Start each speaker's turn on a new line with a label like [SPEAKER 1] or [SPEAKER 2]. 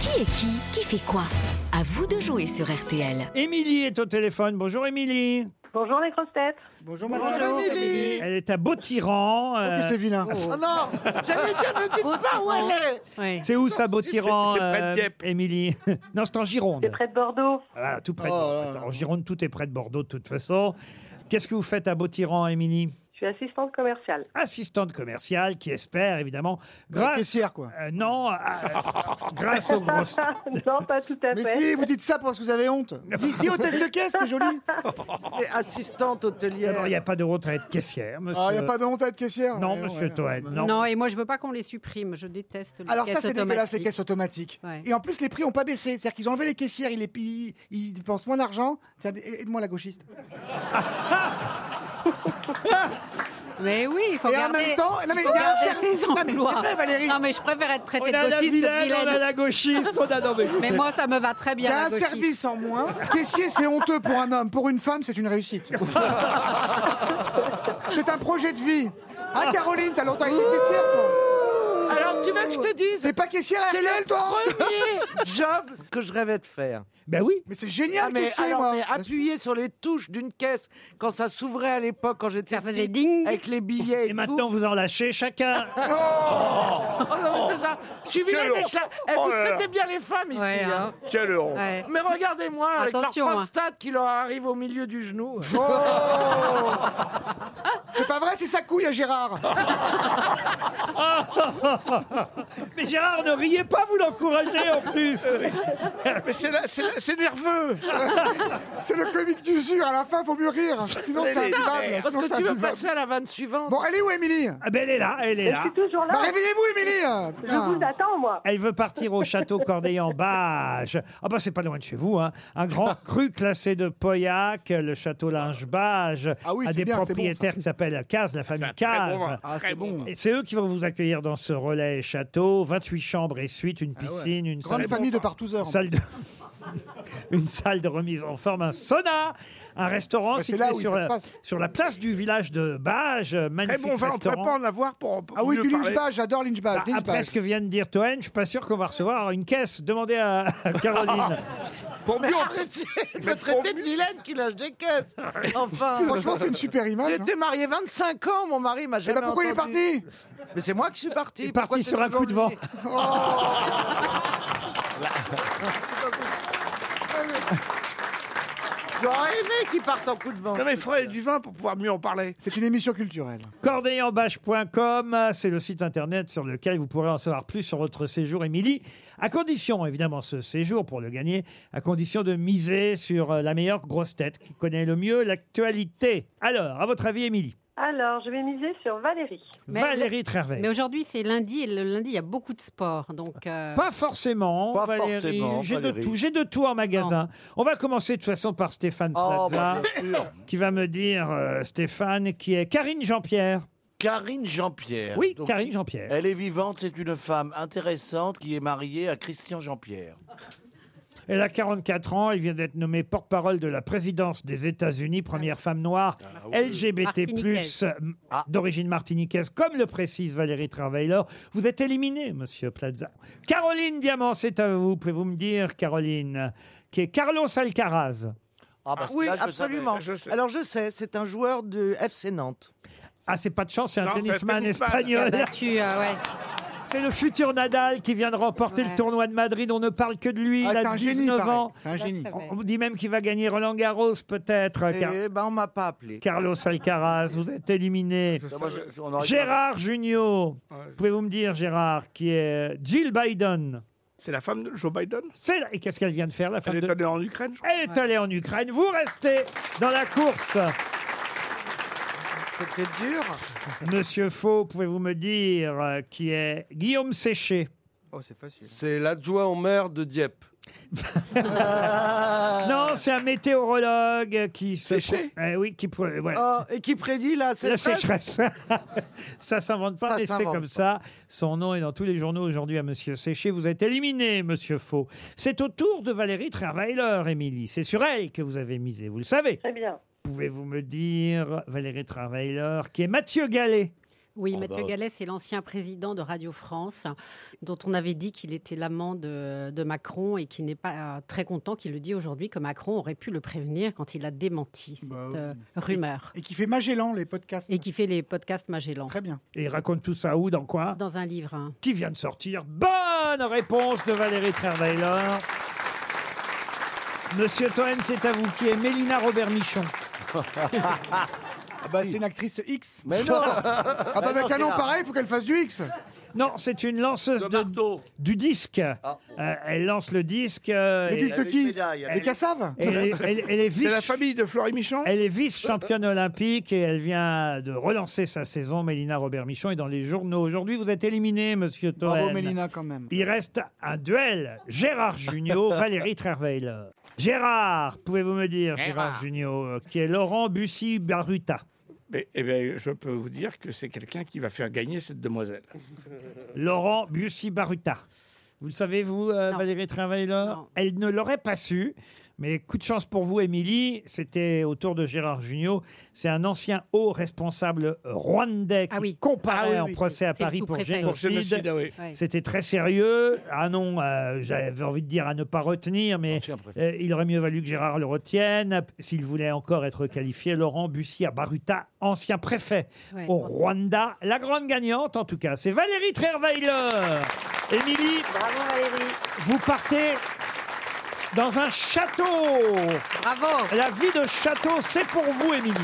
[SPEAKER 1] Qui est qui Qui fait quoi À vous de jouer sur RTL.
[SPEAKER 2] Émilie est au téléphone. Bonjour Émilie.
[SPEAKER 3] Bonjour les grosses têtes.
[SPEAKER 4] Bonjour madame. Bonjour Émilie.
[SPEAKER 2] Elle est à Beautiran. euh,
[SPEAKER 4] C'est vilain. Oh non, j'allais dire, ne dites pas où elle est.
[SPEAKER 2] c'est où ça, Beautiran,
[SPEAKER 5] c'est près
[SPEAKER 2] euh,
[SPEAKER 5] de Dieppe.
[SPEAKER 2] Émilie Non, c'est en Gironde.
[SPEAKER 3] C'est près de Bordeaux.
[SPEAKER 2] Voilà, tout près de
[SPEAKER 4] Oh,
[SPEAKER 2] Bordeaux.
[SPEAKER 4] là, là.
[SPEAKER 2] En Gironde, tout est près de Bordeaux de toute façon. Qu'est-ce que vous faites à Beautiran, Émilie
[SPEAKER 3] Je suis assistante commerciale.
[SPEAKER 2] Assistante commerciale qui espère, évidemment, grâce...
[SPEAKER 4] Caissière, quoi.
[SPEAKER 2] Euh, non, à- euh, grâce aux grosses...
[SPEAKER 3] non, pas tout à
[SPEAKER 4] Mais
[SPEAKER 3] fait.
[SPEAKER 4] si, vous dites ça parce que vous avez honte. Dis, dis hôtesse de caisse, c'est joli. Et assistante hôtelière.
[SPEAKER 6] Ah,
[SPEAKER 2] D'abord, il n'y a pas de honte à être caissière, monsieur.
[SPEAKER 4] Ah, il n'y a pas de honte à être caissière.
[SPEAKER 2] Non,
[SPEAKER 4] Ouais,
[SPEAKER 2] monsieur
[SPEAKER 4] ouais.
[SPEAKER 2] Toen, non.
[SPEAKER 7] Non. et moi je veux pas qu'on les supprime, je déteste les
[SPEAKER 4] Alors ça,
[SPEAKER 7] caisses
[SPEAKER 4] c'est dégueulasse, les
[SPEAKER 7] automatiques.
[SPEAKER 4] caisses automatiques.
[SPEAKER 7] Ouais.
[SPEAKER 4] Et en plus, les prix n'ont pas baissé. C'est-à-dire qu'ils ont enlevé les caissières, ils, les pillent, ils dépensent moins d'argent. Tiens, aide-moi la gauchiste.
[SPEAKER 7] Mais oui, il faut
[SPEAKER 4] Et en
[SPEAKER 7] garder.
[SPEAKER 4] même temps, non mais,
[SPEAKER 7] faut
[SPEAKER 4] il y a un cercle.
[SPEAKER 7] garder ses
[SPEAKER 4] Non, mais c'est
[SPEAKER 7] emplois.
[SPEAKER 4] vrai, Valérie.
[SPEAKER 7] Non, mais je préfère être
[SPEAKER 2] On
[SPEAKER 7] traité de
[SPEAKER 2] a la
[SPEAKER 7] gauchiste que de
[SPEAKER 2] vilaine, on a
[SPEAKER 7] vilaine.
[SPEAKER 2] la gauchiste, on a... Non, mais-
[SPEAKER 7] Mais moi ça me va très
[SPEAKER 4] Il y
[SPEAKER 7] bien.
[SPEAKER 4] a
[SPEAKER 7] la
[SPEAKER 4] un
[SPEAKER 7] gauchiste.
[SPEAKER 4] service en moins. Caissier, c'est honteux pour un homme. Pour une femme, c'est une réussite. c'est un projet de vie. Ah, Caroline, t'as longtemps été caissière, toi
[SPEAKER 6] Alors tu veux que je te dise
[SPEAKER 4] T'es pas caissière à
[SPEAKER 6] C'est
[SPEAKER 4] RTL,
[SPEAKER 6] le
[SPEAKER 4] toi
[SPEAKER 6] premier job que je rêvais de faire.
[SPEAKER 2] Ben oui,
[SPEAKER 4] Mais c'est génial,
[SPEAKER 6] Ah, mais,
[SPEAKER 4] caissier,
[SPEAKER 6] alors,
[SPEAKER 4] moi.
[SPEAKER 6] mais appuyer sur les touches d'une caisse quand ça s'ouvrait à l'époque, quand j'étais
[SPEAKER 7] Ça faisait
[SPEAKER 6] petite,
[SPEAKER 7] ding.
[SPEAKER 6] avec les billets. Et,
[SPEAKER 2] et maintenant vous en lâchez chacun.
[SPEAKER 6] tout. Oh, non, mais c'est ça. Je suis
[SPEAKER 5] Quelle
[SPEAKER 6] vilaine
[SPEAKER 5] honte.
[SPEAKER 6] avec la- Eh,
[SPEAKER 5] Oh
[SPEAKER 6] vous
[SPEAKER 5] là là.
[SPEAKER 6] traitez bien les femmes ici.
[SPEAKER 7] Ouais,
[SPEAKER 6] hein.
[SPEAKER 7] hein.
[SPEAKER 5] Quelle honte
[SPEAKER 7] Ouais.
[SPEAKER 6] Mais regardez-moi avec leur
[SPEAKER 7] Attention, hein.
[SPEAKER 6] prostate qui leur arrive au milieu du genou.
[SPEAKER 4] C'est pas vrai, c'est sa couille à Gérard.
[SPEAKER 5] Ah,
[SPEAKER 2] Mais Gérard, ne riez pas, vous l'encouragez en plus.
[SPEAKER 5] Mais c'est là- c'est là- c'est nerveux
[SPEAKER 4] C'est le comique d'usure. À la fin, faut mieux rire. Sinon, c'est
[SPEAKER 5] Mais-
[SPEAKER 4] invivable.
[SPEAKER 6] Parce
[SPEAKER 4] Sinon,
[SPEAKER 6] que
[SPEAKER 4] c'est
[SPEAKER 6] tu veux
[SPEAKER 4] invivable.
[SPEAKER 6] passer à la vanne suivante.
[SPEAKER 4] Bon, elle est où, Émilie
[SPEAKER 2] Ah ben elle est là, elle est
[SPEAKER 3] Je
[SPEAKER 2] là.
[SPEAKER 3] suis toujours
[SPEAKER 4] Bah,
[SPEAKER 3] là.
[SPEAKER 4] réveillez-vous, Émilie
[SPEAKER 3] Je
[SPEAKER 4] Putain.
[SPEAKER 3] vous attends, moi.
[SPEAKER 2] Elle veut partir au château Corneille-en-Bage. Ah bah c'est pas loin de chez vous, hein. Un grand cru classé de Pauillac, le château Linge-Bage,
[SPEAKER 4] Ah oui,
[SPEAKER 2] a
[SPEAKER 4] c'est
[SPEAKER 2] des
[SPEAKER 4] bien, c'est bon,
[SPEAKER 2] propriétaires qui s'appellent Caz, la famille Caz.
[SPEAKER 4] Ah, c'est bon.
[SPEAKER 2] et c'est eux qui vont vous accueillir dans ce relais château. 28 chambres et suites, une piscine, une
[SPEAKER 4] Ah Grande
[SPEAKER 2] salle,
[SPEAKER 4] famille de partouzeurs.
[SPEAKER 2] une salle de... une salle de remise en forme, un sauna, un restaurant
[SPEAKER 4] Bah, c'est
[SPEAKER 2] situé
[SPEAKER 4] là où
[SPEAKER 2] sur,
[SPEAKER 4] ça
[SPEAKER 2] la,
[SPEAKER 4] se passe.
[SPEAKER 2] sur la place du village de Bage. euh,
[SPEAKER 5] Très
[SPEAKER 2] Magnifique
[SPEAKER 5] bon, enfin, on pourrait
[SPEAKER 2] restaurant.
[SPEAKER 5] pas en avoir pour, pour
[SPEAKER 4] Ah oui,
[SPEAKER 5] mieux
[SPEAKER 4] puis
[SPEAKER 5] parler.
[SPEAKER 4] Lynchbach, j'adore Lynchbach.
[SPEAKER 2] Bah, après ce que vient de dire Toen, je suis pas sûr qu'on va recevoir une caisse. Demandez à à Caroline.
[SPEAKER 5] Pour
[SPEAKER 6] Mais
[SPEAKER 5] mieux-
[SPEAKER 6] arrêtez de me traiter de vilaine qui lâche des caisses. Enfin.
[SPEAKER 4] Franchement, c'est une super image. hein.
[SPEAKER 6] J'étais marié 25 ans, mon mari m'a
[SPEAKER 4] Eh
[SPEAKER 6] jamais
[SPEAKER 4] ben pourquoi il est
[SPEAKER 6] entendu.
[SPEAKER 4] parti
[SPEAKER 6] Mais c'est moi qui suis parti.
[SPEAKER 2] Il est
[SPEAKER 6] Pourquoi
[SPEAKER 2] parti
[SPEAKER 6] c'est
[SPEAKER 2] sur un coup de
[SPEAKER 6] toujours
[SPEAKER 2] vent.
[SPEAKER 6] lui Oh. J'aurais aimé qu'il parte en coup de vent.
[SPEAKER 5] Non, mais il faudrait du vin pour pouvoir mieux en parler.
[SPEAKER 4] C'est une émission culturelle.
[SPEAKER 2] Corneillenbâche.com, c'est le site internet sur lequel vous pourrez en savoir plus sur votre séjour, Émilie. À condition, évidemment, ce séjour pour le gagner, à condition de miser sur euh, la meilleure grosse tête qui connaît le mieux l'actualité. Alors, à votre avis, Émilie
[SPEAKER 3] Alors, je vais miser sur Valérie.
[SPEAKER 7] Mais-
[SPEAKER 2] Valérie Trervet.
[SPEAKER 7] Mais aujourd'hui c'est lundi et le lundi il y a beaucoup de sport donc. euh,
[SPEAKER 2] Pas forcément,
[SPEAKER 5] Pas
[SPEAKER 2] Valérie.
[SPEAKER 5] forcément,
[SPEAKER 2] J'ai de
[SPEAKER 5] Valérie.
[SPEAKER 2] tout, j'ai de tout en magasin. On va commencer de toute façon par Stéphane
[SPEAKER 6] Oh,
[SPEAKER 2] Plaza, qui va me dire euh, Stéphane, qui est Karine Jean-Pierre.
[SPEAKER 8] Karine Jean-Pierre.
[SPEAKER 2] Oui,
[SPEAKER 8] Donc,
[SPEAKER 2] Karine
[SPEAKER 6] Eh.
[SPEAKER 2] Jean-Pierre.
[SPEAKER 8] Elle est vivante, c'est une femme intéressante qui est mariée à Christian Jean-Pierre.
[SPEAKER 2] Elle a 44 ans, elle vient d'être nommée porte-parole de la présidence des États-Unis, première femme noire LGBT+,
[SPEAKER 7] Martiniquaise.
[SPEAKER 2] m-
[SPEAKER 8] Ah.
[SPEAKER 2] d'origine martiniquaise, comme le précise Valérie Travailleur. Vous êtes éliminé, monsieur Plaza. Caroline Diamant, c'est à vous. Pouvez-vous me dire, Caroline, qui est Carlos Alcaraz
[SPEAKER 8] Ah, bah,
[SPEAKER 6] Oui,
[SPEAKER 8] là, je le
[SPEAKER 6] absolument.
[SPEAKER 5] je sais.
[SPEAKER 6] Alors je sais, c'est un joueur de FC Nantes.
[SPEAKER 2] Ah, c'est pas de chance, c'est un
[SPEAKER 5] Non, c'est un
[SPEAKER 2] tennisman
[SPEAKER 5] tennisman.
[SPEAKER 2] espagnol.
[SPEAKER 7] battu, euh, ouais.
[SPEAKER 2] C'est le futur Nadal qui vient de remporter
[SPEAKER 7] Ouais.
[SPEAKER 2] le tournoi de Madrid. On ne parle que de lui.
[SPEAKER 4] Ah,
[SPEAKER 2] il
[SPEAKER 4] c'est
[SPEAKER 2] a
[SPEAKER 4] un génie,
[SPEAKER 2] 19
[SPEAKER 4] pareil.
[SPEAKER 2] ans.
[SPEAKER 4] C'est un génie.
[SPEAKER 7] Ça, ça va.
[SPEAKER 2] On vous dit même qu'il va gagner Roland Garros, peut-être. Car-
[SPEAKER 6] Et ben on m'a pas appelé.
[SPEAKER 2] Carlos Alcaraz, vous êtes éliminé.
[SPEAKER 8] savais. Moi, je- on aurait-
[SPEAKER 2] Gérard Junior, pouvez-vous me dire, Gérard, qui est Jill Biden
[SPEAKER 5] C'est la femme de Joe Biden
[SPEAKER 2] C'est Et qu'est-ce qu'elle vient de faire, la femme
[SPEAKER 5] Elle est
[SPEAKER 2] de...
[SPEAKER 5] allée en Ukraine, je crois.
[SPEAKER 2] Elle est allée en Ukraine. Vous restez dans la course.
[SPEAKER 6] C'était dur.
[SPEAKER 2] Monsieur Faux, pouvez-vous me dire, euh, qui est Guillaume Séché
[SPEAKER 9] C'est l'adjoint au maire de Dieppe.
[SPEAKER 2] Non, c'est un météorologue qui se...
[SPEAKER 5] Séché
[SPEAKER 2] Eh oui, qui... pre- ouais.
[SPEAKER 6] Oh, et qui prédit là
[SPEAKER 2] La
[SPEAKER 6] c'est
[SPEAKER 2] sécheresse. ça s'invente pas,
[SPEAKER 6] Ça
[SPEAKER 2] mais c'est
[SPEAKER 6] s'invente
[SPEAKER 2] comme
[SPEAKER 6] pas.
[SPEAKER 2] ça. Son nom est dans tous les journaux aujourd'hui à Monsieur Séché. Vous êtes éliminé, Monsieur Faux. C'est au tour de Valérie Travailer, Émilie. C'est sur elle que vous avez misé, vous le savez.
[SPEAKER 3] Très bien.
[SPEAKER 2] Pouvez-vous me dire, Valérie Travailer, qui est Mathieu Gallet
[SPEAKER 7] Oui,
[SPEAKER 8] Oh,
[SPEAKER 7] Mathieu
[SPEAKER 8] bah.
[SPEAKER 7] Gallet, c'est l'ancien président de Radio France, dont on avait dit qu'il était l'amant de, de Macron et qui n'est pas euh, très content qu'il le dit aujourd'hui, que Macron aurait pu le prévenir quand il a démenti cette
[SPEAKER 4] Bah oui.
[SPEAKER 7] euh, rumeur.
[SPEAKER 4] Et qui fait Magellan, les podcasts.
[SPEAKER 7] Et qui fait les podcasts Magellan.
[SPEAKER 4] Très bien.
[SPEAKER 2] Et il raconte tout ça où, dans quoi
[SPEAKER 7] Dans un livre, hein.
[SPEAKER 2] Qui vient de sortir Bonne réponse de Valérie Trierweiler. Monsieur Toen, c'est à vous qui est Mélina Robert-Michon.
[SPEAKER 4] Ah bah, c'est une actrice X.
[SPEAKER 8] Mais non
[SPEAKER 4] Ah bah, avec un nom pareil, il faut qu'elle fasse du X.
[SPEAKER 2] Non, c'est une lanceuse
[SPEAKER 5] Le
[SPEAKER 2] de-
[SPEAKER 5] marteau.
[SPEAKER 2] du disque. Euh, elle lance le disque. euh,
[SPEAKER 4] Le
[SPEAKER 2] et-
[SPEAKER 4] disque de
[SPEAKER 8] avec
[SPEAKER 4] qui
[SPEAKER 8] médaille,
[SPEAKER 4] Les
[SPEAKER 8] avec-
[SPEAKER 4] Cassaves
[SPEAKER 2] et elle, est- elle- elle est
[SPEAKER 5] C'est la
[SPEAKER 2] vice-
[SPEAKER 5] famille de Florie Michon
[SPEAKER 2] elle est vice-championne olympique et elle vient de relancer sa saison. Mélina Robert-Michon est dans les journaux. Aujourd'hui, vous êtes éliminé, monsieur Toen.
[SPEAKER 4] Bravo, Mélina, quand même.
[SPEAKER 2] Il reste un duel. Gérard Junior, Valérie Trierweiler. Gérard, pouvez-vous me dire, Gérard Junior, euh, qui est Laurent Bussy-Baruta
[SPEAKER 5] Mais, eh ben, je peux vous dire que c'est quelqu'un qui va faire gagner cette demoiselle.
[SPEAKER 2] Laurent Bussy-Baruta. Vous le savez, vous, euh,
[SPEAKER 7] Non.
[SPEAKER 2] Valérie Trierweiler
[SPEAKER 7] Non.
[SPEAKER 2] Elle ne l'aurait pas su. Mais coup de chance pour vous, Émilie, c'était au tour de Gérard Junior. C'est un ancien haut responsable rwandais qui
[SPEAKER 7] Ah oui.
[SPEAKER 2] comparait
[SPEAKER 7] Ah oui,
[SPEAKER 2] en
[SPEAKER 7] oui.
[SPEAKER 2] procès à
[SPEAKER 7] C'est le
[SPEAKER 2] Paris pour
[SPEAKER 7] sous-préfet.
[SPEAKER 5] Pour
[SPEAKER 7] Pour
[SPEAKER 2] génocide.
[SPEAKER 5] génocide, ah oui.
[SPEAKER 7] Ouais.
[SPEAKER 2] C'était très sérieux. Ah non, euh, j'avais envie de dire à ne pas retenir, mais euh, il aurait mieux valu que Gérard le retienne s'il voulait encore être qualifié. Laurent Bussière Baruta, ancien préfet
[SPEAKER 7] Ouais.
[SPEAKER 2] au Rwanda. La grande gagnante, en tout cas, c'est Valérie Trierweiler. Émilie,
[SPEAKER 3] Bravo Valérie.
[SPEAKER 2] vous partez dans un château.
[SPEAKER 7] Bravo
[SPEAKER 2] La vie de château, c'est pour vous, Émilie.